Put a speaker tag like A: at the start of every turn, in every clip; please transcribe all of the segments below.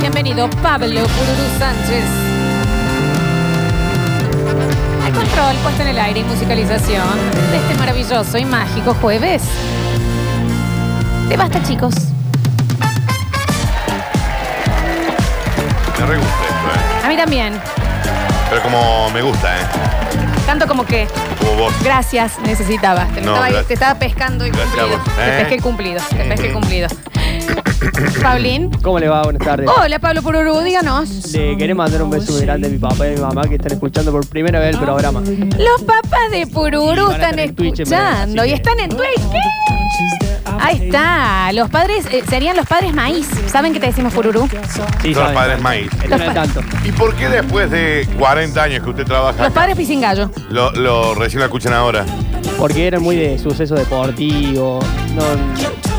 A: Bienvenido Pablo Pururú Sánchez. Al control, puesta en el aire y musicalización de este maravilloso y mágico jueves. Te basta, chicos.
B: Me re gusta esto, eh.
A: A mí también.
B: Pero como me gusta, eh.
A: Tanto como que
B: Como vos.
A: gracias necesitabas. Te,
B: No,
A: estaba,
B: gracias.
A: te estaba pescando y
B: Gracias a
A: cumplido.
B: vos.
A: Te
B: Eh.
A: pesqué el cumplido. Te pesqué el cumplido. Paulín.
C: ¿Cómo le va? Buenas tardes.
A: Hola, Pablo Pururú, díganos.
C: Le querés mandar un beso muy grande a mi papá y a mi mamá que están escuchando por primera vez el programa.
A: Los papás de Pururú
C: Y van a
A: están
C: estar en Twitch en breve,
A: escuchando
C: así
A: y
C: que-
A: están en Twitch. ¿Qué? Ahí está. Los padres eh, serían los padres maíz. ¿Saben qué te decimos Pururú?
C: Sí,
B: Son los padres maíz.
C: Están al tanto.
B: ¿Y por qué después de 40 años que usted trabaja,
A: Los
B: acá,
A: padres pisingallo.
B: lo, lo recién lo escuchan ahora?
C: Porque eran muy de suceso deportivo. No,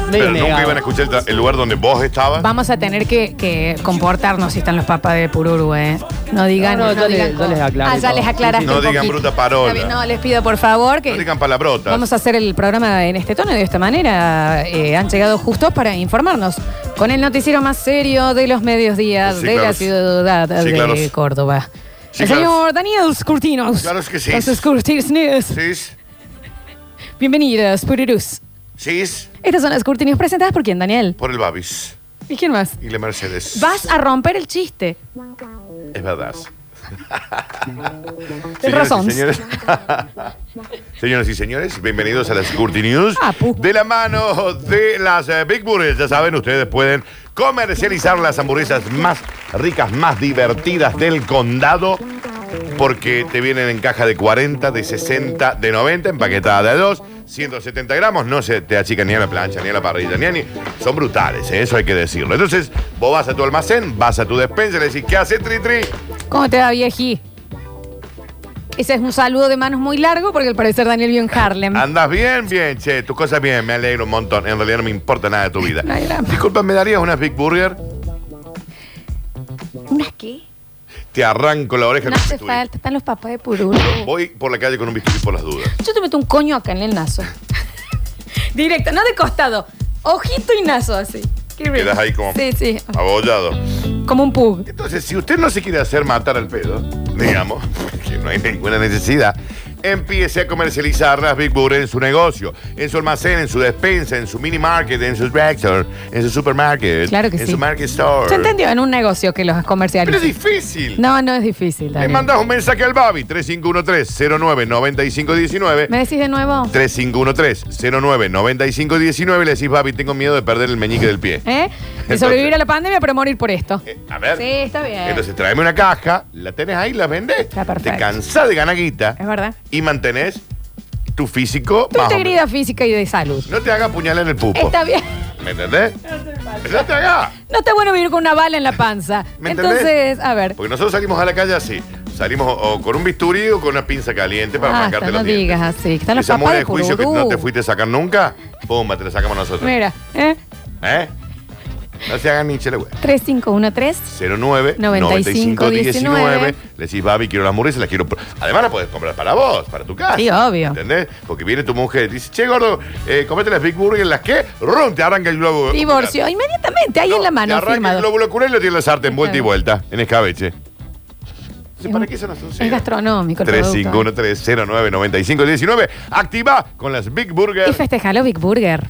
C: medio
B: Pero nunca
C: negado.
B: iban a escuchar el, tra- el lugar donde vos estabas.
A: Vamos a tener que, que comportarnos si están los papás de Pururú, ¿eh? No digan.
C: No, no, ya
A: digan
C: les-
A: cosas.
C: ya les aclaré
A: Ah, ya
C: todo.
A: les
C: Sí, sí.
A: aclaraste.
B: No
A: un
B: digan
A: poquito.
B: bruta parola.
A: Está bien, No, les pido por favor que.
B: No digan palabrotas.
A: Vamos a hacer el programa en este tono y de esta manera. eh, han llegado justos para informarnos con el noticiero más serio de los mediodías
B: Sí,
A: de la
B: claros.
A: ciudad
B: Sí,
A: de
B: claros.
A: Córdoba.
B: Sí,
A: el
B: claros.
A: señor Daniel Scurtinos.
B: Claros que sí.
A: Los Scurtinos News.
B: ¿Sis?
A: Bienvenidos, Pururus.
B: ¿Sis?
A: Estas son las Curtinios presentadas por quién, Daniel.
B: Por el Babis
A: ¿Y quién más?
B: y la Mercedes.
A: Vas a romper el chiste.
B: Es verdad.
A: Ten
B: Señoras
A: razón.
B: y señores, Señoras y señores, bienvenidos a las Curti News.
A: Apu.
B: De la mano de las eh, Big Burgers, ya saben, ustedes pueden comercializar las hamburguesas más ricas, más divertidas del condado. Porque te vienen en caja de 40, de 60, de 90, empaquetada de 2, 170 gramos, no se te achican ni a la plancha, ni a la parrilla, ni a ni. Son brutales, eh, eso hay que decirlo. Entonces, vos vas a tu almacén, vas a tu despensa y le decís, ¿qué hace, Tri Tri?
A: ¿Cómo te va, vieji? Ese es un saludo de manos muy largo porque al parecer Daniel vio en Harlem.
B: Andas bien, bien, che, tus cosas bien, me alegro un montón. En realidad no me importa nada de tu vida.
A: No hay drama.
B: Disculpa, ¿me darías unas Big Burger?
A: ¿Unas qué?
B: Te arranco la oreja
A: No
B: con un
A: hace
B: bisturí.
A: falta, están los papás de Pururú.
B: Voy por la calle con un bisturí por las dudas.
A: Yo te meto un coño acá en el naso. Directo, no de costado. Ojito y naso así. Qué rico.
B: Quedas ahí como- Ah.
A: Sí, sí.
B: Abollado.
A: Como un pug.
B: Entonces, si usted no se quiere hacer matar al pedo, digamos, que no hay ninguna necesidad, empiece a comercializar las Big Burger en su negocio, en su almacén, en su despensa, en su mini market, en su drugstore, en su supermarket,
A: Claro que
B: en
A: sí.
B: su market store.
A: ¿Se entendió? En un negocio que los
B: Pero es
A: comerciales.
B: difícil. Eh,
A: No, no es difícil,
B: Le
A: Daniel.
B: mandas un mensaje al Babi 3513-099519.
A: ¿Me decís de nuevo?
B: 3513-099519. Le decís, Babi, tengo miedo de perder el meñique del pie.
A: ¿Eh? De
B: Entonces-
A: sobrevivir a la pandemia, pero morir por esto.
B: Eh, a ver.
A: Sí, está bien.
B: Entonces tráeme una caja, la tenés ahí, la vendés.
A: Está perfecto.
B: Te cansás de ganar guita
A: Es verdad.
B: y mantenés tu físico
A: Tu
B: más o
A: integridad física y de salud.
B: menos. No te hagas puñal en el pupo.
A: Está bien.
B: ¿Me entendés? No te hagas.
A: No está bueno vivir con una bala en la panza.
B: ¿Me entendés?
A: Entonces, a ver.
B: Porque nosotros salimos a la calle así. Salimos o, o con un bisturí o con una pinza caliente para
A: Basta,
B: arrancarte
A: no
B: los dientes.
A: digas así, que están los
B: Esa
A: papás
B: muela
A: de
B: de juicio que
A: Pururú.
B: no te fuiste a sacar nunca, pumba, te la sacamos nosotros.
A: Mira, ¿eh?
B: ¿Eh? No se hagan ni chile, güey.
A: 3513.
B: 09 95 19 Le decís, Babi, quiero las hamburguesas, las quiero. pro-". Además, las podés comprar para vos, para tu casa.
A: Sí, obvio.
B: ¿Entendés? Porque viene tu mujer y te dice, che, gordo, eh, comete las Big Burger, las que, rum, te arranca el globo.
A: Divorcio. Inmediatamente, ahí
B: No,
A: en la
B: te
A: mano,
B: arranca
A: firmado.
B: El glóbulo ocular y lo tiene en la sartén, vuelta y
A: bien.
B: vuelta, en escabeche. Dice,
A: Es
B: ¿Para
A: un-
B: qué son las
A: Es gastronómico. el producto.
B: 351-309-9519. Activa con las Big Burger.
A: Y festejalo Big Burger.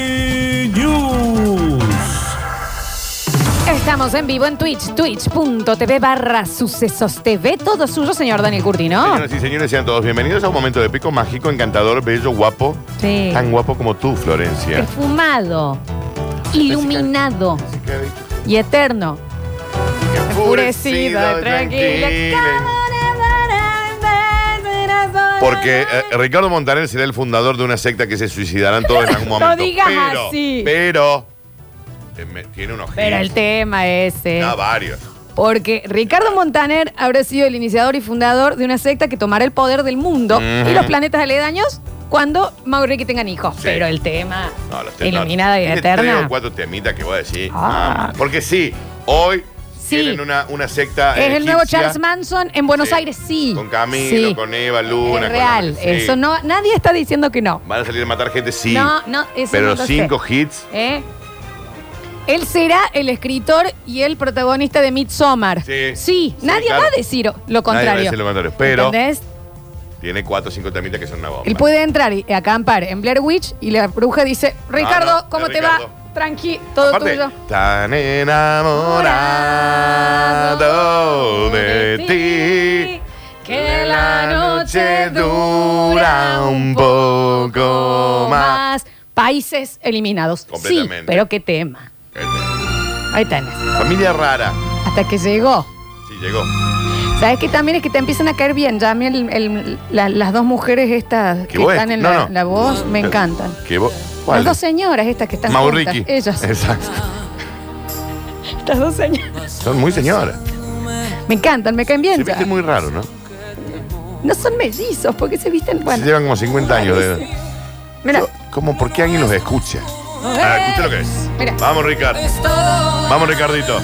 D: News.
A: Estamos en vivo en Twitch, twitch.tv barra sucesos TV. Todo suyo, señor Daniel Curtino.
B: Señoras y señores, sean todos bienvenidos a un momento de pico mágico, encantador, bello, guapo.
A: Sí.
B: Tan guapo como tú, Florencia.
A: Perfumado, iluminado y eterno. Enfurecida, tranquila.
B: Porque eh, Ricardo Montaner será el fundador de una secta que se suicidarán todos en algún
A: No
B: momento.
A: digas
B: pero,
A: así.
B: Pero eh, me- tiene unos
A: Pero el tema ese.
B: varios.
A: Porque Ricardo Montaner habrá sido el iniciador y fundador de una secta que tomará el poder del mundo
B: Ujú.
A: y los planetas aledaños cuando Mauro y Ricky tengan hijos.
B: Sí.
A: Pero el tema
B: No, los temas-
A: iluminada y
B: tiene Tres o
A: eterna.
B: cuatro temitas que voy a decir.
A: Ah.
B: Ah, Porque sí, hoy
A: Sí.
B: tienen una, una secta.
A: Es
B: eh,
A: el nuevo
B: egipcia
A: Charles Manson en Buenos
B: Sí.
A: Aires, sí.
B: Con Camilo,
A: Sí.
B: con Eva Luna.
A: Es
B: con-
A: real.
B: sí.
A: Eso no, nadie está diciendo que no.
B: ¿Van a salir a matar gente? Sí.
A: No, no, eso
B: Pero
A: no lo
B: los cinco hits.
A: ¿Eh? Él será el escritor y el protagonista de Midsommar.
B: Sí. Sí,
A: nadie
B: claro.
A: va a decir lo contrario.
B: Nadie va a decir lo contrario, pero-
A: ¿Entendés?
B: Tiene cuatro o cinco temitas que son una bomba.
A: Él puede entrar y acampar en Blair Witch y la bruja dice, Ricardo,
B: Ah, no,
A: ¿cómo
B: es
A: te
B: Ricardo.
A: va? Tranqui, todo
B: Aparte,
A: tuyo.
B: Tan enamorado de ti.
A: Que la noche dura un poco más. Países eliminados. Sí,
B: Completamente.
A: pero qué tema. Ahí tenés.
B: Familia rara.
A: Hasta que llegó.
B: Sí, llegó.
A: ¿Sabes que también es que te empiezan a caer bien? Ya a mí el- el- la- las dos mujeres estas
B: Qué
A: que
B: bueno.
A: están en
B: No,
A: la,
B: no. Eh,
A: la voz me encantan.
B: ¿Qué vos?
A: Las dos señoras estas que están juntas,
B: Mauriqui.
A: ellas.
B: Exacto.
A: Estas dos señoras.
B: Son muy señoras.
A: Me encantan, me caen
B: Se
A: bien. ya.
B: visten muy raro, ¿no?
A: No son mellizos, porque se visten.
B: Se
A: Bueno,
B: llevan como 50 años de
A: mira.
B: ¿Cómo? ¿Por qué alguien los escucha? Ah, escucha lo que es.
A: Mira.
B: Vamos, Ricardo. Vamos, Ricardito.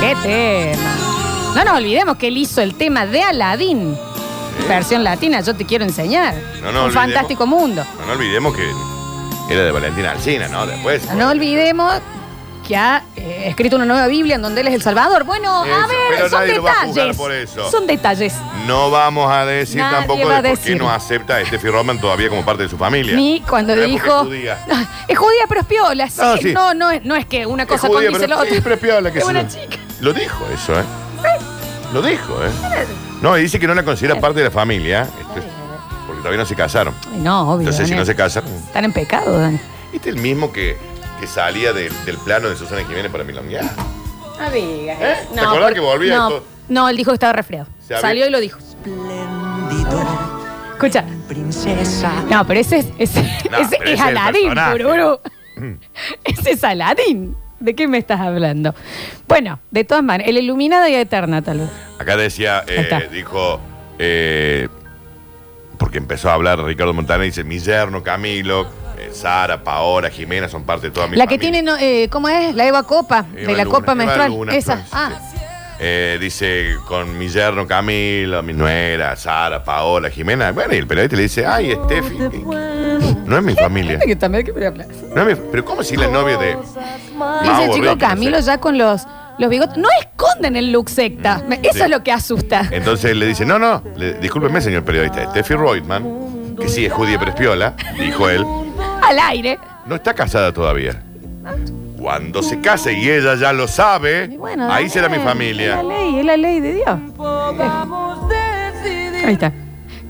A: ¡Qué tema! No nos olvidemos que él hizo el tema de Aladdin. Versión latina, yo te quiero enseñar.
B: No nos
A: Un
B: olvidemos.
A: fantástico mundo.
B: No, no olvidemos que era de Valentina Alcina, ¿no? Después.
A: No, no olvidemos que ha eh, escrito una nueva Biblia en donde él es el Salvador. Bueno, a
B: Eso, pero
A: ver, son
B: nadie lo va a juzgar
A: detalles.
B: por eso.
A: Son detalles.
B: No vamos a decir
A: Nadie
B: tampoco
A: va a
B: de por qué
A: decir.
B: no acepta a Steffi Roman todavía como parte de su familia.
A: Ni cuando
B: No es porque
A: dijo.
B: es judía.
A: No, es judía, pero es piola. sí.
B: No, sí.
A: No, no es, no es que una cosa
B: Es judía,
A: condice
B: pero-
A: la otra.
B: sí, pero es piola que
A: Es
B: se
A: una
B: lo-
A: chica.
B: Lo dijo eso, ¿eh? Lo dijo, ¿eh? No, y dice que no la considera parte de la familia. Esto es- porque todavía no se casaron.
A: Ay, No, obvio.
B: Entonces, si
A: Daniel.
B: no se casaron.
A: Están en pecado, Dani.
B: Este es el mismo que, que salía del, del plano de Susana Jiménez para Milonguear.
A: No digas.
B: ¿Eh? ¿Te acordás que volvía
A: no,
B: esto?
A: no, él dijo que estaba resfriado.
B: Se había-
A: Salió y lo dijo.
E: Espléndido,
A: Escucha.
E: princesa.
A: No, pero ese es, ese,
B: No,
A: ese
B: pero ese es
A: es
B: el
A: Aladín,
B: personaje. Mm.
A: Pururu. Ese es Aladín. ¿De qué me estás hablando? Bueno, de todas maneras, el iluminado y eterna, tal vez.
B: Acá decía, eh,
A: Ahí está.
B: dijo, eh, porque empezó a hablar Ricardo Montaner, dice, mi yerno, Camilo, eh, Sara, Paola, Jimena, son parte de toda mi
A: la que
B: familia.
A: tiene, no, eh, ¿cómo es? La Eva Copa,
B: Eva
A: de la
B: Luna,
A: Copa
B: Eva
A: Menstrual.
B: Luna,
A: Esa.
B: entonces,
A: Ah,
B: Eh, dice, con mi yerno, Camilo, mi nuera, Sara, Paola, Jimena. Bueno, y el periodista le dice, ay, Steffi, que- que- no es mi familia.
A: que también hay que hablar.
B: No es mi- pero ¿cómo si la novia de...
A: Dice el
B: Mau
A: chico
B: Ricky, no
A: Camilo
B: sé? Mm.
A: ya con los, los bigotes. No esconden el look secta. Me- Eso
B: sí. Eh.
A: es lo que asusta.
B: Entonces le dice, no, no, le- discúlpeme, señor periodista, Steffi Reutemann, que sí es judía pero es piola, dijo él,
A: Al aire.
B: no está casada todavía. Cuando se case y ella ya lo sabe,
A: Y bueno,
B: ahí
A: Daniel,
B: será mi
A: Es
B: familia.
A: la ley, es la ley de Dios. Ahí está.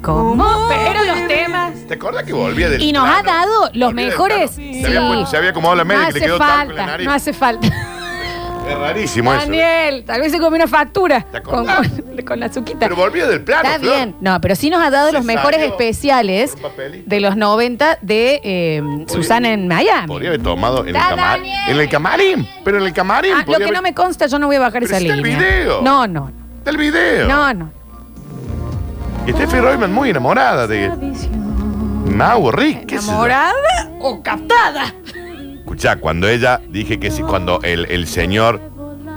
A: ¿Cómo? Pero los temas.
B: ¿Te acuerdas que volvía del
A: Y nos ha
B: plano?
A: dado los
B: Volvía del
A: mejores.
B: plano.
A: Sí.
B: Se, había, puesto- se había acomodado la media
A: no
B: que le
A: hace
B: quedó
A: falta,
B: talco en la nariz.
A: No hace falta.
B: Es rarísimo eso. ¿eh?
A: Daniel, tal vez se comió una factura
B: ¿Te
A: con,
B: acordás?
A: con- con la suquita.
B: Pero volvía del plano.
A: Está
B: Flor.
A: bien. No, pero sí nos ha dado
B: Se
A: los mejores
B: salió
A: especiales
B: por un papelito.
A: de los 90 de eh, Susana en Miami.
B: Podría haber tomado en el,
A: Está
B: camar-
A: Daniel.
B: en el camarín. Pero en el camarín.
A: Ah, lo
B: podría
A: que no
B: haber-
A: me consta, yo no voy a bajar
B: Pero
A: esa
B: está el
A: línea.
B: video.
A: No, no,
B: Del video.
A: no, no.
B: Y Steffi Reutemann muy enamorada de Mau Rick. ¿qué sé yo.
A: ¿Enamorada o captada?
B: Escuchá, cuando ella dije que sí, cuando el, el señor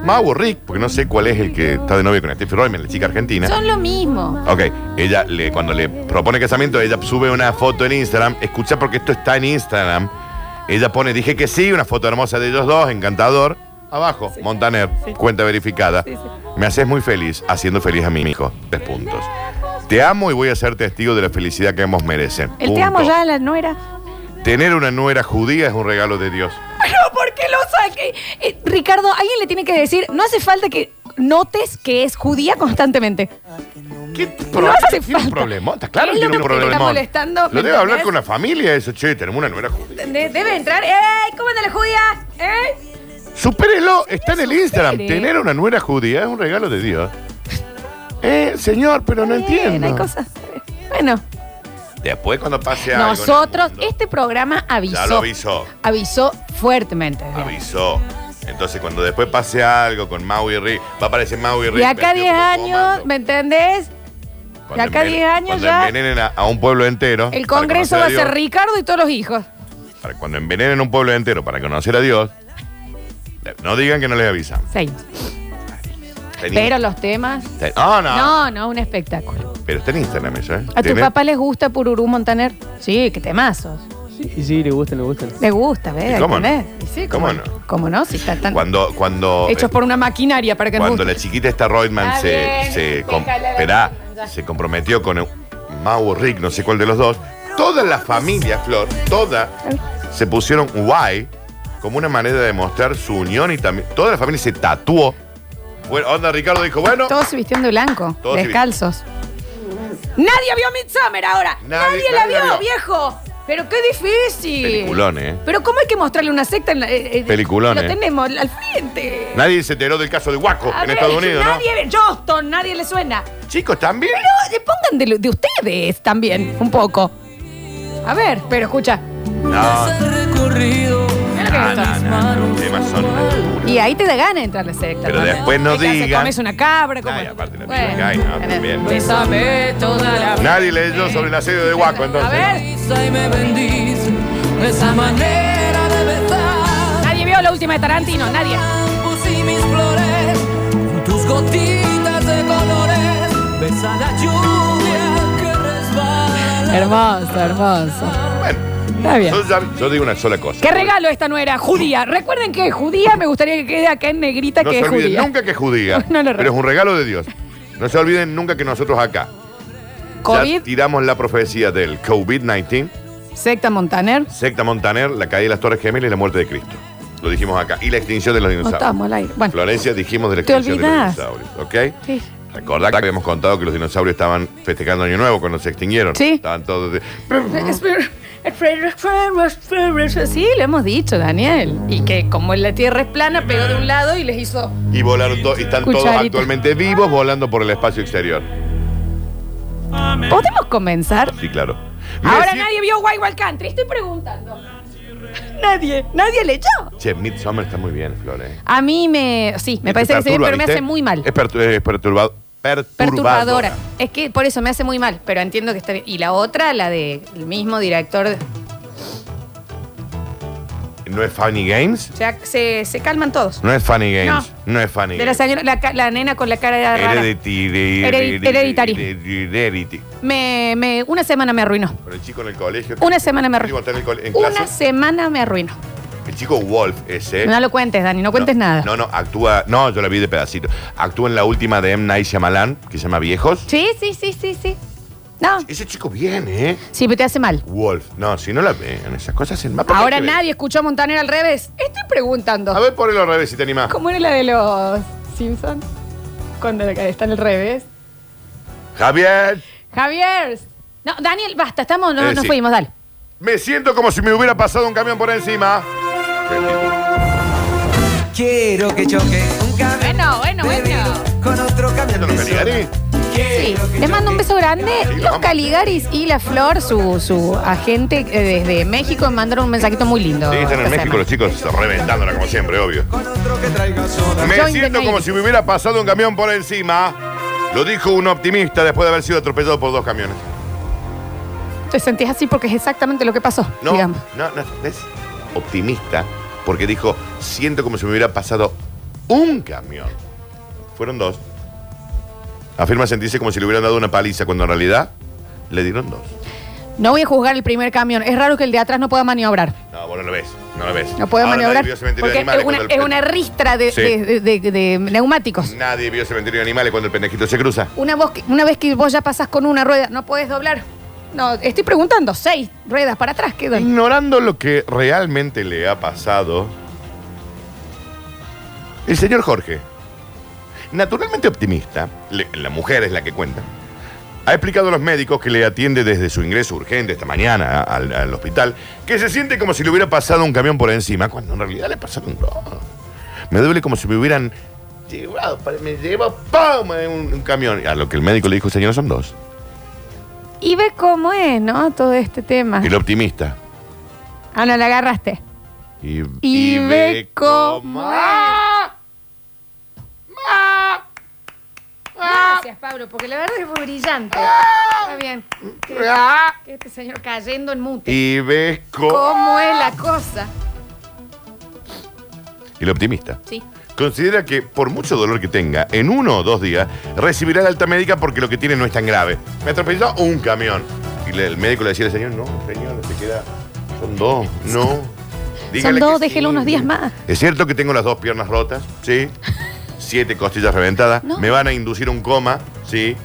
B: Mau Rick, porque no sé cuál es el que está de novio con Steffi Royman, la chica argentina.
A: Son lo mismo.
B: Ok, ella le, cuando le propone casamiento, ella sube una foto en Instagram. Escucha porque esto está en Instagram. Ella pone, dije que sí, una foto hermosa de ellos dos, encantador. Abajo, Montaner, cuenta verificada. Me haces muy feliz, haciendo feliz a mi hijo. Tres puntos. Te amo y voy a ser testigo de la felicidad que ambos merecen.
A: El te
B: Punto.
A: amo ya a la nuera.
B: Tener una nuera judía es un regalo de Dios.
A: Pero ¿por qué lo saqué? Eh, Ricardo, alguien le tiene que decir, no hace falta que notes que es judía constantemente.
B: ¿Qué pro-
A: No hace
B: tiene un
A: falta.
B: problemón? Está claro
A: Es
B: que
A: lo
B: tiene un
A: que te está
B: problemón.
A: molestando, ¿me
B: Lo debe hablar
A: entendés?
B: con la familia eso, che, tenemos una nuera judía.
A: ¿Entendés? Debe entrar. ¡Ey! ¿Cómo anda la judía? ¿Eh?
B: Supérelo, está en el Instagram.
A: supere.
B: Tener una nuera judía es un regalo de Dios. Eh, señor, pero no
A: Bien,
B: entiendo.
A: hay cosas. Bueno,
B: Después cuando pase algo. en el
A: nosotros,
B: mundo,
A: este programa avisó.
B: Ya lo avisó.
A: Avisó fuertemente.
B: Avisó. Entonces cuando después pase algo con Mau y Rick, va a aparecer Mau y Rick.
A: De acá a
B: vestido
A: 10
B: como
A: años,
B: comando.
A: ¿me entendés?
B: Cuando
A: acá a
B: envenen-
A: 10 años
B: cuando
A: ya-
B: envenenen a, a un pueblo entero.
A: El
B: para
A: Congreso
B: conocer
A: va a
B: Dios,
A: ser Ricardo y todos los hijos.
B: para cuando envenenen un pueblo entero para conocer a Dios, no digan que no les avisan.
A: Seguimos.
B: Está en
A: Pero los temas.
B: Insta- está- Ah, no.
A: No, no, un espectáculo.
B: Pero está en Instagram eso, ¿eh?
A: ¿A tu
B: Tiene-
A: papá les gusta Pururú Montaner? Sí, qué temazos.
C: Sí, sí, le gustan, le gustan.
A: Le gusta, ¿ves?
B: ¿Y cómo no?
A: ¿Entendés? Y Sí,
B: ¿Cómo
A: cómo
B: no?
A: ¿Cómo no? Si están tan
B: Cuando, cuando,
A: hechos por una maquinaria para que nos
B: cuando
A: guste.
B: la chiquita esta Roydman
A: Está
B: se,
A: bien,
B: se,
A: déjala
B: com-
A: la-
B: esperá,
A: ya.
B: se comprometió con Mau o Rick, no sé cuál de los dos, toda la familia, Flor, toda, se pusieron guay como una manera de demostrar su unión y también. Toda la familia se tatuó. Bueno, onda, Ricardo dijo, bueno,
A: Todos se vistieron de blanco,
B: Todos se
A: descalzos. Nadie vio Midsummer ahora.
B: Nadie-
A: Nadie, la
B: nadie la
A: vio,
B: vio.
A: viejo. Pero qué difícil.
B: Peliculón, ¿eh?
A: Pero cómo hay que mostrarle una secta en la, eh, eh,
B: Peliculón,
A: Lo
B: ¿eh?
A: tenemos al frente.
B: nadie se enteró del caso de Waco
A: A
B: en
A: ver,
B: Estados Unidos, ¿no?
A: nadie, Johnston, nadie le suena.
B: Chicos, también.
A: Pero eh, pongan de, lo- de ustedes también, un poco. A ver, pero escucha.
B: No,
E: Recorrido
A: Mira lo que
B: no,
A: es esto.
B: Ah, no, no, los temas son una locura.
A: Y ahí te da ganas de entrar a la secta.
B: Pero después no
A: Te hace-
B: digan.
A: Comes una cabra.
B: Ay,
A: Como...
B: aparte la típica, ay, no, también.
A: Te sabe toda la...
B: Nadie leyó sobre el asedio de Waco,
A: A
B: entonces.
A: ver.
E: y me bendice esa manera de besar.
A: Nadie vio la última de Tarantino, nadie.
E: Campos y mis flores, tus gotitas de colores, besa la lluvia que resbala.
A: Hermoso, hermoso.
B: Bueno,
A: Está bien.
B: yo, ya- yo digo una sola cosa.
A: ¿Qué regalo esta nuera? Judía. Recuerden que es judía, me gustaría que quede acá en negrita
B: No
A: que
B: se
A: es
B: olviden
A: judía.
B: nunca que es judía.
A: No lo re-
B: pero es un regalo de Dios. No se olviden nunca que nosotros acá ya
A: COVID,
B: tiramos la profecía del COVID-19,
A: secta Montaner.
B: secta Montaner, la caída de las Torres Gemelas y la muerte de Cristo. Lo dijimos acá. Y la extinción de los
A: No
B: dinosaurios.
A: estamos al aire. Bueno,
B: Florencia, dijimos de la
A: Te
B: extinción de los
A: olvidás.
B: dinosaurios. ¿Ok?
A: sí.
B: Recordá que habíamos contado que los dinosaurios estaban festejando Año Nuevo cuando se extinguieron.
A: Sí.
B: Estaban todos de-
A: Sí, lo hemos dicho, Daniel. Y que como la tierra es plana, pegó de un lado y les hizo.
B: Y volaron to- y están todos
A: Cucharita.
B: actualmente vivos volando por el espacio exterior.
A: ¿Podemos comenzar?
B: Sí, claro.
A: Ahora
B: Messi-
A: nadie vio Wild Wild Country, estoy preguntando. Nadie, nadie leyó.
B: Che, Midsommar está muy bien, Flores.
A: A mí me. Sí, me parece que sí, pero me hace muy mal.
B: Es, pertu- es perturbado- perturbadora.
A: Perturbadora. Es que por eso me hace muy mal, pero entiendo que está bien. Y la otra, la del mismo director. de-
B: ¿No es Funny Games?
A: O sea, se, se calman todos.
B: No eh, es Funny Games. No, es Funny
A: De la
B: Games.
A: señora, la, ca- la nena con la cara de rara.
B: Heredity-
A: Heredi- hereditario.
B: Heredity.
A: Me, me- una semana me arruinó.
B: Con el chico en el colegio.
A: Una semana me
B: El chico
A: arruinó.
B: está en el cole- en
A: Una
B: clase.
A: semana me arruinó.
B: El chico Wolf ese.
A: No lo cuentes, Dani, no cuentes
B: No,
A: nada.
B: No, no, actúa. No, yo la vi de pedacito. Actúa en la última de M. Night Shyamalan, que se llama Viejos.
A: Sí, sí, sí, sí, sí. No.
B: Ese chico viene, ¿eh?
A: Sí, pero te hace mal.
B: Wolf. No, si no la ven, esas cosas hacen más.
A: Ahora
B: Hay que ver.
A: nadie escuchó a Montaner al revés. Estoy preguntando.
B: A ver, ponelo al revés si te animás.
A: ¿Cómo era la de los Simpsons? Cuando está en el revés.
B: Javier,
A: Javier. No, Daniel, basta, estamos, no,
B: Eh,
A: nos
B: sí.
A: fuimos, dale.
B: me siento como si me hubiera pasado un camión por encima.
E: Quiero que choque un camión
A: Bueno, bueno, bueno.
E: con otro camión.
B: ¿Esto no
E: de
B: es Caligari?
A: Sí, les mando un beso grande. Los Caligaris y la Flor, su, su agente eh, desde México, me mandaron un mensajito muy lindo.
B: Sí, están en
A: esta
B: México los
A: semana.
B: chicos reventándola como siempre, obvio.
E: Con otro que traiga soda.
B: Me
A: Yo
B: siento
A: intenté
B: como
A: ir.
B: si me hubiera pasado un camión por encima. Lo dijo un optimista después de haber sido atropellado por dos camiones.
A: Te sentís así porque es exactamente lo que pasó,
B: No,
A: digamos.
B: no, no, ¿ves? Optimista, porque dijo, siento como si me hubiera pasado un camión. Fueron dos. Afirma sentirse como si le hubieran dado una paliza, cuando en realidad le dieron dos.
A: No voy a juzgar el primer camión. Es raro que el de atrás no pueda maniobrar.
B: No, vos no lo ves, no lo ves.
A: No pueda
B: Ahora
A: maniobrar.
B: Nadie vio cementerio de
A: Porque
B: animales
A: es una,
B: cuando
A: es
B: el
A: una
B: pen-
A: ristra de,
B: Sí.
A: de- de- de- de neumáticos.
B: Nadie vio cementerio de animales cuando el pendejito se cruza.
A: Una, voz que- una vez que vos ya pasás con una rueda, no puedes doblar. No, estoy preguntando, seis ruedas para atrás quedan.
B: Ignorando lo que realmente le ha pasado, el señor Jorge, naturalmente optimista, le- la mujer es la que cuenta, ha explicado a los médicos que le atiende desde su ingreso urgente esta mañana al, al hospital que se siente como si le hubiera pasado un camión por encima, cuando en realidad le pasaron dos. Me duele como si me hubieran llevado, pa- me lleva ¡pam! en un, un camión. A lo que el médico le dijo, señora, son dos.
A: Y ve cómo es, ¿no? Todo este tema.
B: El optimista.
A: Ah, no, la agarraste.
B: Y,
A: Y ve cómo es. Gracias, Pablo, porque la verdad es que fue brillante. Está bien. Que Este señor cayendo en mute.
B: Y ve cómo.
A: ¿Cómo es la cosa?
B: El optimista.
A: Sí.
B: Considera que por mucho dolor que tenga, en uno o dos días recibirá la alta médica porque lo que tiene no es tan grave. Me atropelló un camión. Y le- el médico le decía al señor, no, señor, se queda. Son dos, no. Dígale
A: Son dos,
B: que
A: déjelo unos días más.
B: Es cierto que tengo las dos piernas rotas, sí. Siete costillas reventadas.
A: No.
B: Me van a inducir un coma, sí.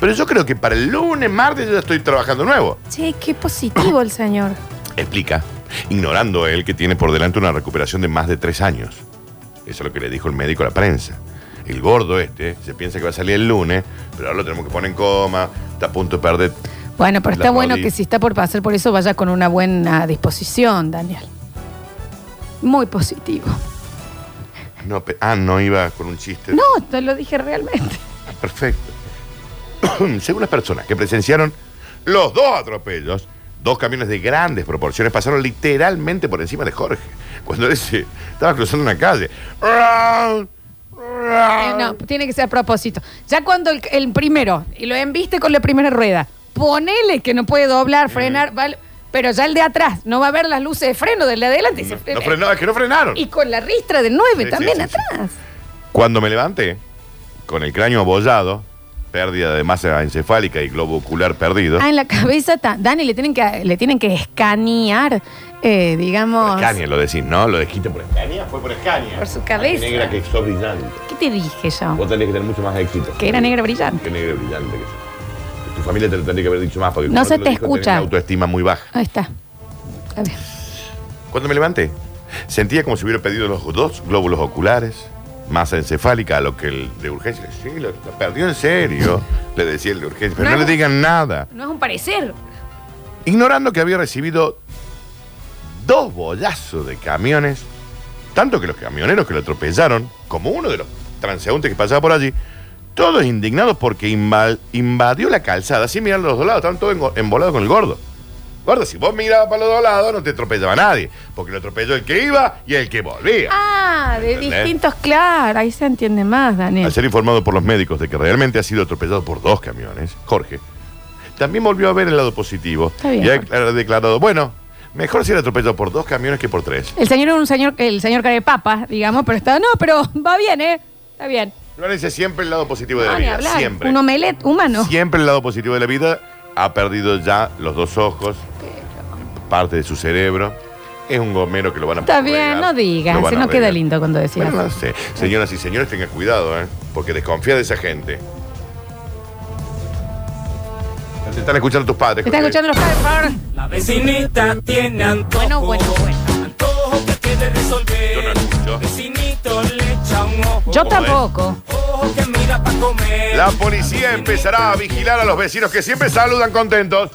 B: Pero yo creo que para el lunes, martes, yo ya estoy trabajando nuevo.
A: Che, qué positivo el señor.
B: Explica, ignorando él que tiene por delante una recuperación de más de tres años. Eso es lo que le dijo el médico a la prensa. El gordo este se piensa que va a salir el lunes, pero ahora lo tenemos que poner en coma, está a punto de perder.
A: Bueno, pero
B: La
A: está bueno
B: rodilla.
A: que si está por pasar por eso vaya con una buena disposición, Daniel. Muy positivo.
B: No, pe- ah, no iba con un chiste.
A: No, te lo dije realmente.
B: Perfecto. Según las personas que presenciaron los dos atropellos, dos camiones de grandes proporciones pasaron literalmente por encima de Jorge cuando él se estaba cruzando una calle.
A: Eh, no, tiene que ser a propósito. Ya cuando el, el primero, y lo enviste con la primera rueda, ponele que no puede doblar, frenar, vale, pero ya el de atrás no va a ver las luces de freno del de adelante. y se
B: No,
A: frena.
B: no frenó, es que no frenaron.
A: Y con la ristra del 9
B: Sí,
A: también
B: sí, sí, sí.
A: atrás.
B: Cuando me levanté, con el cráneo abollado, pérdida de masa encefálica y globo ocular perdido.
A: Ah, en la cabeza está. Dani, le tienen que, le tienen que escanear, eh, digamos.
B: Escania, lo decís, ¿no? Lo desquita por Escania, fue por Escania.
A: Por su cabeza.
B: Ay, negra que sos brillante.
A: ¿Qué te dije yo?
B: Vos tenés que tener mucho más éxito.
A: Que era negra brillante.
B: Qué negra brillante que sos. Tu familia te lo tendría que haber dicho más porque como
A: No se
B: lo
A: te
B: dijo,
A: escucha.
B: tenés una autoestima muy baja.
A: Ahí está. A ver.
B: Cuando me levanté, sentía como si hubiera pedido los dos glóbulos oculares, masa encefálica, a lo que el de urgencia, le decía, sí, lo, lo perdió en serio, le decía el de urgencia, pero no,
A: No.
B: le digan nada.
A: No es un parecer.
B: Ignorando que había recibido dos bollazos de camiones, tanto que los camioneros que lo atropellaron, como uno de los transeúntes que pasaba por allí, todos indignados porque inva- invadió la calzada, sin mirar los dos lados, estaban todos engo- embolados con el gordo. Gordo, si vos mirabas para los dos lados, no te atropellaba nadie, porque lo atropelló el que iba y el que volvía.
A: Ah, de
B: ¿Entendés?
A: distintos, claro. Ahí se entiende más, Daniel.
B: Al ser informado por los médicos de que realmente ha sido atropellado por dos camiones, Jorge también volvió a ver el lado positivo
A: Está bien,
B: y ha
A: Jorge.
B: declar- declarado, bueno, mejor ser atropellado por dos camiones que por tres.
A: El señor era un señor, el señor cara de papa, digamos, pero está, no, pero va bien, ¿eh? Está bien.
B: Florence, siempre el lado positivo de
A: No,
B: la
A: ni
B: vida,
A: hablar.
B: siempre.
A: Un omelet humano.
B: Siempre el lado positivo de la vida ha perdido ya los dos ojos, parte de su cerebro. Es un gomero que lo van a
A: Está
B: arreglar.
A: bien, no digas,
B: Lo van a
A: no queda
B: arreglar.
A: lindo cuando decías.
B: Bueno, no sé. Señoras y señores, tengan cuidado, ¿eh? Porque desconfía de esa gente. Te están escuchando tus padres.
A: ¿Me están escuchando
B: Jorge.
A: los padres, por favor?
E: La vecinita tiene antojo.
A: Bueno, bueno, bueno.
E: Antojo que quiere resolver.
B: Yo no escucho.
E: Vecinito le echa un ojo.
A: Yo tampoco.
E: Ojo que mira pa' comer.
B: La policía empezará a vigilar a los vecinos que siempre saludan contentos.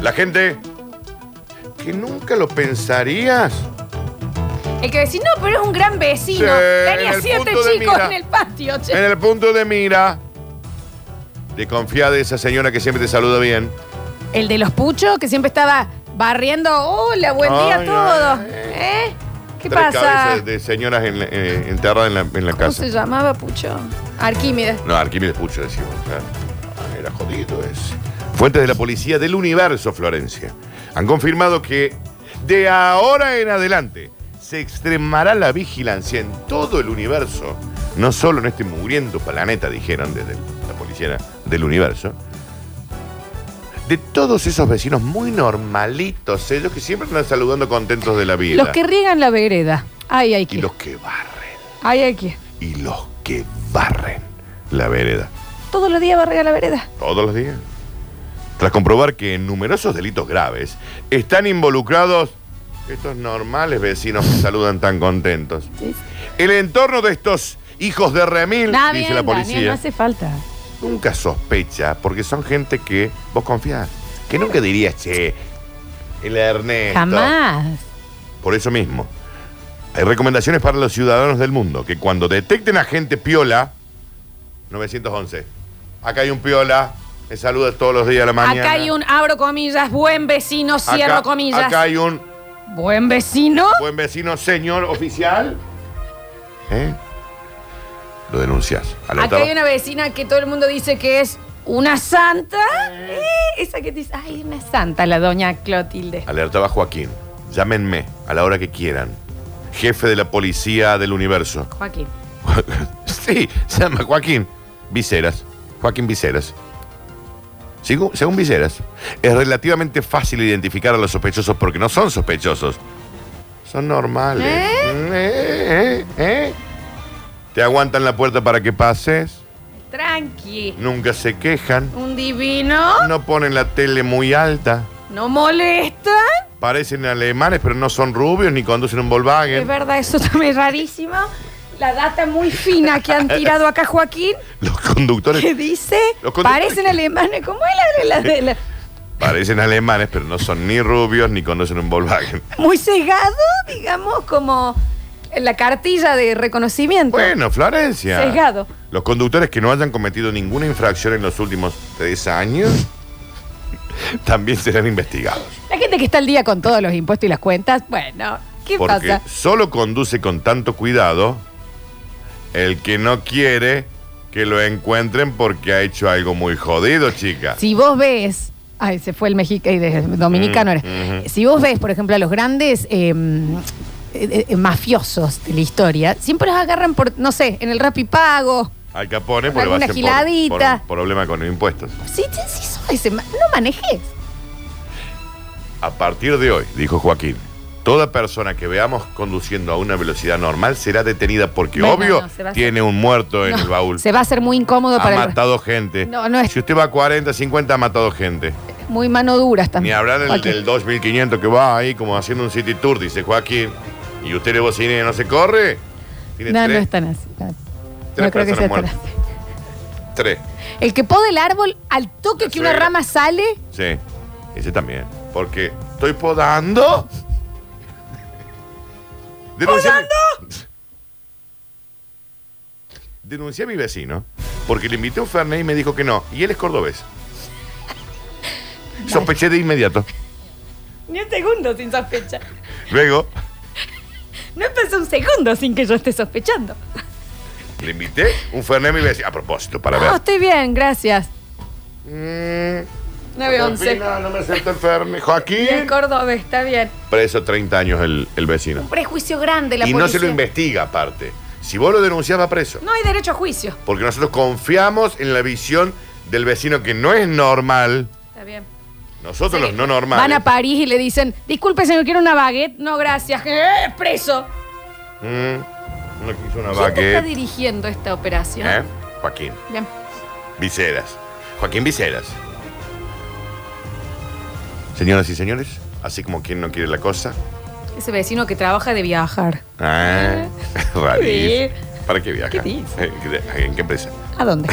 B: La gente que nunca lo pensarías.
A: El que decís, no, pero es un gran vecino.
B: Sí, en
A: Tenía
B: el
A: siete
B: punto de
A: chicos
B: mira.
A: en el patio, che.
B: En el punto de mira. Desconfía de esa señora que siempre te saluda bien.
A: El de los puchos, que siempre estaba barriendo. Hola, buen día a
B: Ay,
A: todos.
B: ay,
A: ¿Eh? ¿Qué
B: Tres
A: pasa?
B: cabezas de señoras en la- eh, enterradas en la, en la
A: ¿Cómo
B: casa.
A: se llamaba Pucho? Arquímedes.
B: No, Arquímedes Pucho decimos. claro. Ah, Era jodido ese. Fuentes de la policía del universo, Florencia, han confirmado que de ahora en adelante se extremará la vigilancia en todo el universo, no solo en este mugriento planeta, dijeron desde la policía del universo, de todos esos vecinos muy normalitos, ellos que siempre andan saludando contentos de la vida.
A: Los que riegan la vereda. Ay, hay
B: y
A: que.
B: los que barren,
A: Ay, hay que.
B: y los que barren la vereda.
A: Todos los días barría la vereda.
B: Todos los días. Tras comprobar que en numerosos delitos graves están involucrados estos normales vecinos que saludan tan contentos.
A: Sí, sí.
B: El entorno de estos hijos de remil,
A: Nada
B: dice
A: bien,
B: la
A: Daniel, no
B: policía,
A: hace falta.
B: nunca sospecha porque son gente que vos confías. Que nunca dirías, che, el Ernesto.
A: Jamás.
B: Por eso mismo, Hay recomendaciones para los ciudadanos del mundo, que cuando detecten a gente piola, 911. Acá hay un piola, me saluda todos los días a la mañana.
A: Acá hay un, abro comillas, buen vecino,
B: Acá-
A: cierro comillas.
B: Acá hay un
A: Buen vecino.
B: buen vecino, señor oficial. ¿Eh? Lo denuncias.
A: Acá
B: Alerta-
A: hay una vecina que todo el mundo dice que es una santa. Eh, esa que te dice, ay, una santa, la doña Clotilde.
B: Alertaba a Joaquín. Llámenme a la hora que quieran. Jefe de la policía del universo.
A: Joaquín.
B: sí, se llama Joaquín Viseras. Joaquín Viseras. Según, según Viseras, es relativamente fácil identificar a los sospechosos porque no son sospechosos. Son normales. Mm, eh, eh, eh. Te aguantan la puerta para que pases.
A: Tranqui.
B: Nunca se quejan.
A: Un divino.
B: No ponen la tele muy alta.
A: No molesta.
B: Parecen alemanes, pero no son rubios ni conducen un Volkswagen.
A: Es verdad, eso también es rarísimo. La data muy fina que han tirado acá, Joaquín,
B: Los conductores
A: que dice,
B: Los conductores-
A: parecen alemanes. ¿Cómo es la de la, de la-
B: parecen alemanes, pero no son ni rubios ni conducen un Volkswagen.
A: Muy cegado, digamos, como en la cartilla de reconocimiento.
B: Bueno, Florencia.
A: Sesgado.
B: Los conductores que no hayan cometido ninguna infracción en los últimos tres años también serán investigados.
A: La gente que está al día con todos los impuestos y las cuentas, bueno, ¿qué
B: Porque
A: pasa?
B: solo conduce con tanto cuidado el que no quiere que lo encuentren porque ha hecho algo muy jodido, chica.
A: Si vos ves. Ay, se fue el mexicano, dominicano era.
B: Mm, ujú.
A: Si vos ves, por ejemplo, a los grandes eh, eh, eh, mafiosos de la historia, siempre los agarran por, no sé, en el rap y pago.
B: Al Capone porque va a
A: Alguna
B: ser por, por
A: giladita.
B: un problema con los impuestos.
A: Sí, sí, sí, soy ese ma- No manejes.
B: A partir de hoy, dijo Joaquín, toda persona que veamos conduciendo a una velocidad normal será detenida porque,
A: Bueno,
B: obvio,
A: no, se va a
B: tiene un muerto en
A: No,
B: el baúl.
A: Se va a hacer muy incómodo
B: Ha
A: para el-
B: matado gente.
A: No, no es-
B: Si usted va a 40, 50, ha matado gente.
A: Muy mano duras
B: Ni
A: también.
B: hablar del,
A: Joaquín.
B: del 2500 que va ahí como haciendo un city tour, dice Joaquín. Y usted le bocina y no se corre. Tiene
A: No, no
B: tres,
A: están así. no.
B: tres
A: No creo que sea
B: personas
A: tan
B: muertas. Tres.
A: así. El que poda el árbol al toque
B: La
A: que una
B: suegra.
A: rama sale,
B: Sí. Ese también. Porque estoy podando. Denuncié a mi- Denuncié a mi vecino porque le invité un Fernet y me dijo que no. Y él es cordobés. Sospeché de inmediato.
A: ni un segundo sin sospecha.
B: Luego
A: No pasa un segundo sin que yo esté sospechando.
B: le invité un Fernet a mi vecino. A propósito, para
A: No,
B: ver.
A: estoy bien, gracias.
B: Mm,
A: 9-11.
B: Fina, No me acepta el Fernet.
A: Y el
B: Joaquín.
A: Córdoba está bien.
B: Preso 30 años el, el vecino.
A: Un prejuicio grande la
B: Y
A: policía.
B: no se lo investiga aparte. Si vos lo denunciás, va preso.
A: No hay derecho a juicio.
B: Porque nosotros confiamos en la visión del vecino que no es normal.
A: Está bien.
B: Nosotros los
A: que
B: no normales.
A: Van a París y le dicen, disculpe señor, quiero una baguette. No, gracias. ¡Eh, preso!
B: Mm, uno que hizo
A: ¿Quién
B: una
A: te está
B: baguette.
A: dirigiendo esta operación?
B: ¿eh? Joaquín.
A: Bien.
B: Viseras. Joaquín Viseras. Señoras y señores, así como quien no quiere la cosa.
A: Ese vecino que trabaja de viajar.
B: Ah,
A: Sí.
B: rarís. ¿Para qué viaja?
A: ¿Qué dice?
B: ¿En qué empresa?
A: ¿A dónde?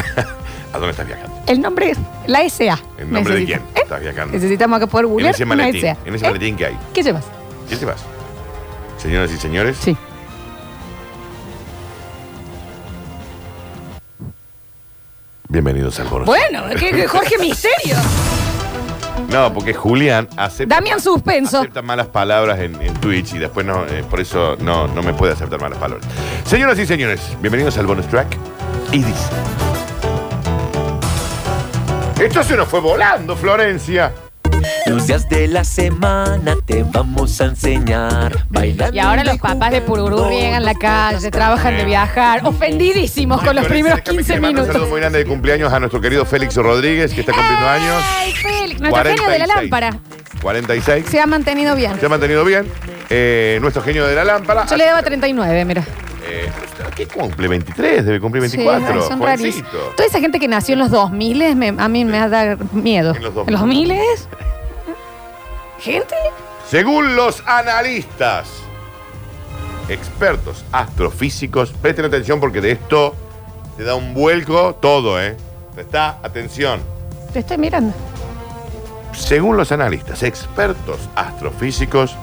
B: ¿A dónde estás viajando?
A: El nombre es la SA.
B: ¿En nombre de quién
A: Necesita- ¿Eh?
B: estás viajando?
A: Necesitamos acá poder
B: En
A: googlear
B: ese
A: una
B: maletín.
A: SA.
B: En ese
A: ¿Eh?
B: maletín que hay.
A: ¿Qué llevas?
B: ¿Qué te vas? Señoras y señores,
A: Sí.
B: bienvenidos al Bono.
A: Bueno, ¿qué- qué- Jorge Misterio.
B: No, porque Julián acepta.
A: Damián Suspenso.
B: Acepta malas palabras en, en Twitch y después no, eh, por eso no, no me puede aceptar malas palabras. Señoras y señores, bienvenidos al bonus track. Y dice. Esto se nos fue volando, Florencia.
E: Los días de la semana te vamos a enseñar bailando.
A: Y ahora los papás de Pururú riegan la calle, trabajan de viajar, ofendidísimos con los
B: Florencia,
A: primeros
B: déjame que
A: 15
B: le mande Un saludo
A: minutos.
B: muy grande de cumpleaños a nuestro querido Félix Rodríguez, que está cumpliendo años.
A: ¡Ey, Félix! Nuestro genio de la
B: 46.
A: lámpara
B: 46.
A: se ha mantenido bien.
B: Se ha mantenido bien. Eh, nuestro genio de la lámpara.
A: Yo le daba 39, mira.
B: Eh, ¿Qué cumple? 23, debe cumplir
A: Sí,
B: 24.
A: son
B: jovencito.
A: rarísimos. Toda esa gente que nació en los 2000, me- a mí me da miedo.
B: En los 2000.
A: ¿En los 2000? ¿Gente?
B: Según los analistas, expertos astrofísicos, presten atención porque de esto te da un vuelco todo, ¿eh? Presta atención.
A: Te estoy mirando.
B: Según los analistas, expertos astrofísicos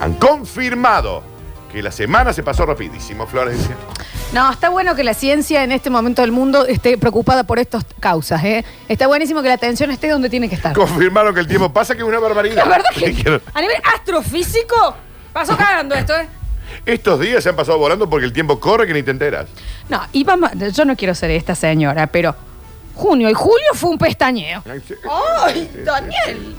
B: han confirmado que la semana se pasó rapidísimo, Florencia.
A: No, está bueno que la ciencia en este momento del mundo esté preocupada por estas causas. ¿eh? Está buenísimo que la atención esté donde tiene que estar.
B: Confirmaron que el tiempo pasa, que es una barbaridad.
A: La verdad que
B: Dijeron,
A: a nivel astrofísico pasó cagando esto, ¿eh?
B: Estos días se han pasado volando porque el tiempo corre que ni te enteras.
A: No, y vamos, yo no quiero ser esta señora, pero junio y julio fue un pestañeo.
B: Ay, sí.
A: ¡Ay, Daniel!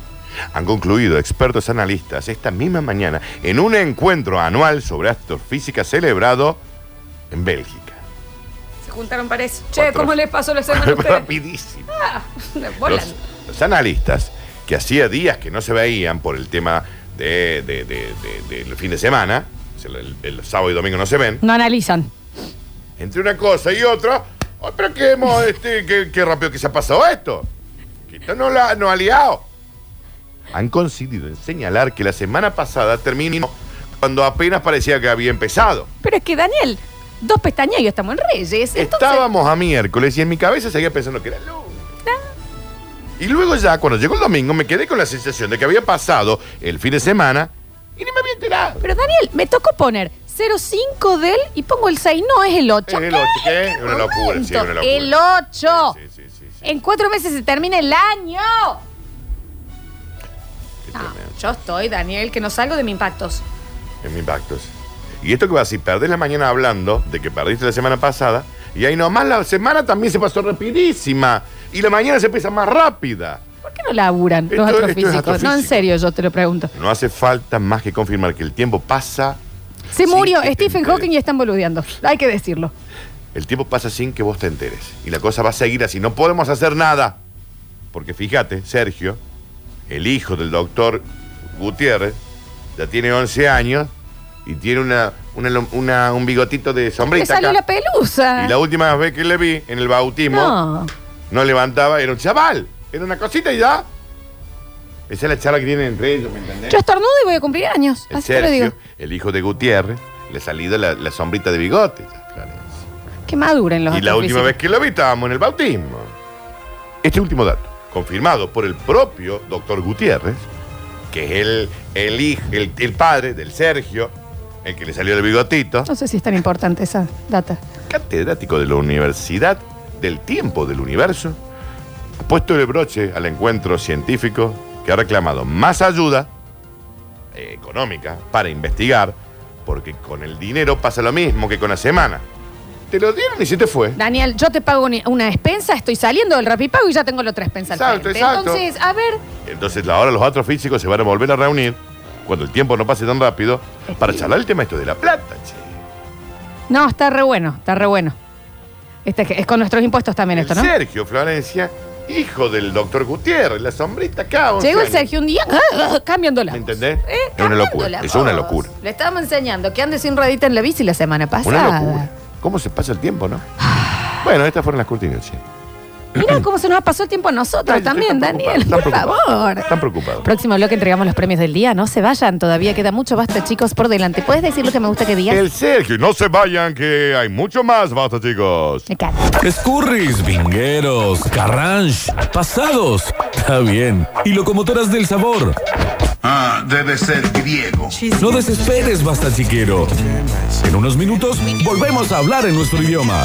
B: Han concluido expertos analistas esta misma mañana en un encuentro anual sobre astrofísica celebrado en Bélgica.
A: Se juntaron para eso. Che,
B: Cuatro.
A: ¿cómo les pasó la semana a ustedes?
B: Rapidísimo.
A: Ah, volan.
B: Los, los analistas, que hacía días que no se veían por el tema de- de- de- de- del fin de semana, el, el- el sábado y domingo no se ven,
A: No analizan.
B: entre una cosa y otra, "Ay, pero qué, hemos, este, qué, qué rápido que se ha pasado esto. Que esto no, la, no ha liado. Han coincidido en señalar que la semana pasada terminó cuando apenas parecía que había empezado.
A: Pero es que, Daniel, dos pestañeos estamos en Reyes. Entonces,
B: Estábamos a miércoles y en mi cabeza seguía pensando que era lunes. Y luego ya, cuando llegó el domingo, me quedé con la sensación de que había pasado el fin de semana y ni me había enterado.
A: Pero, Daniel, me tocó poner 05 del y pongo el 6. No, es el 8.
B: Es el 8, ¿qué? Una locura, sí, una locura.
A: El 8.
B: Sí, sí, sí, sí.
A: En cuatro meses se termina el año.
B: Qué
A: No,
B: tremendo.
A: yo estoy, Daniel, que no salgo de mis impactos.
B: En mis impactos. Y esto que va así, perdés la mañana hablando de que perdiste la semana pasada, y ahí nomás la semana también se pasó rapidísima. Y la mañana se pesa más rápida.
A: ¿Por qué no laburan
B: Esto-
A: los
B: esto es
A: astrofísicos? No, en
B: astrofísico.
A: serio, yo te lo pregunto.
B: No hace falta más que confirmar que el tiempo pasa,
A: Se
B: Sí,
A: murió
B: que te
A: Stephen
B: enteres.
A: Hawking y están boludeando. Hay que decirlo.
B: el tiempo pasa sin que vos te enteres. Y la cosa va a seguir así, no podemos hacer nada. Porque fíjate, Sergio, el hijo del doctor Gutiérrez, ya tiene 11 años y tiene una, una lom- una- un bigotito de
A: Le
B: sombrita.
A: salió
B: acá.
A: la pelusa.
B: Y la última vez que le vi en el bautismo,
A: no.
B: no levantaba, era un chaval, era una cosita y ya. Esa es la charla que tienen entre ellos, ¿me entendés?
A: Yo estornudo y voy a cumplir años.
B: el
A: así te lo digo.
B: Sergio, el hijo de Gutiérrez, le ha salido la, la sombrita de bigote. ya, Florencia.
A: Que maduren los
B: Y la última
A: astrofísicos.
B: vez que lo vi estábamos en el bautismo. Este último dato, confirmado por el propio doctor Gutiérrez, que es el, el, hij- el, el padre del Sergio, el que le salió el bigotito,
A: No sé si es tan importante esa data.
B: catedrático de la Universidad del Tiempo del Universo, ha puesto el broche al encuentro científico que ha reclamado más ayuda eh, económica para investigar, porque con el dinero pasa lo mismo que con la semana. Te lo dieron y se te fue.
A: Daniel, yo te pago ni- una expensa, estoy saliendo del rapipago y ya tengo la otra expensa. al
B: Exacto,
A: frente.
B: exacto.
A: Entonces, a ver,
B: Entonces ahora los astrofísicos se van a volver a reunir cuando el tiempo no pase tan rápido para charlar el tema esto de la plata, che.
A: no, está re bueno, está re bueno. Este que- es con nuestros impuestos también
B: El
A: esto, ¿no?
B: Sergio Florencia, hijo del doctor Gutiérrez, la sombrita acá. once
A: Llegó el
B: años.
A: Sergio Eh, un día ah, cambiándola.
B: ¿Me entendés? Es una locura, es una locura.
A: Le estábamos enseñando que ande sin ruedita en la bici la semana pasada.
B: Una locura. ¿Cómo se pasa el tiempo, no? bueno, estas fueron las cortinas, sí.
A: Mirá cómo se nos pasó el tiempo a nosotros
B: Ay,
A: también,
B: estoy tan
A: Daniel.
B: preocupado,
A: Por
B: tan preocupado,
A: favor.
B: tan preocupado.
A: Próximo bloque entregamos los premios del día. No se vayan, todavía queda mucho basta, chicos, por delante. ¿Puedes decir lo que me gusta que digas?
B: El Sergio, no se vayan, que hay mucho más, basta, chicos.
A: Me encanta.
D: Escurris, vingueros, carranche, pasados. Está bien. Y locomotoras del sabor.
F: Ah, debe ser griego.
D: No desesperes, basta chiquero. En unos minutos volvemos a hablar en nuestro idioma.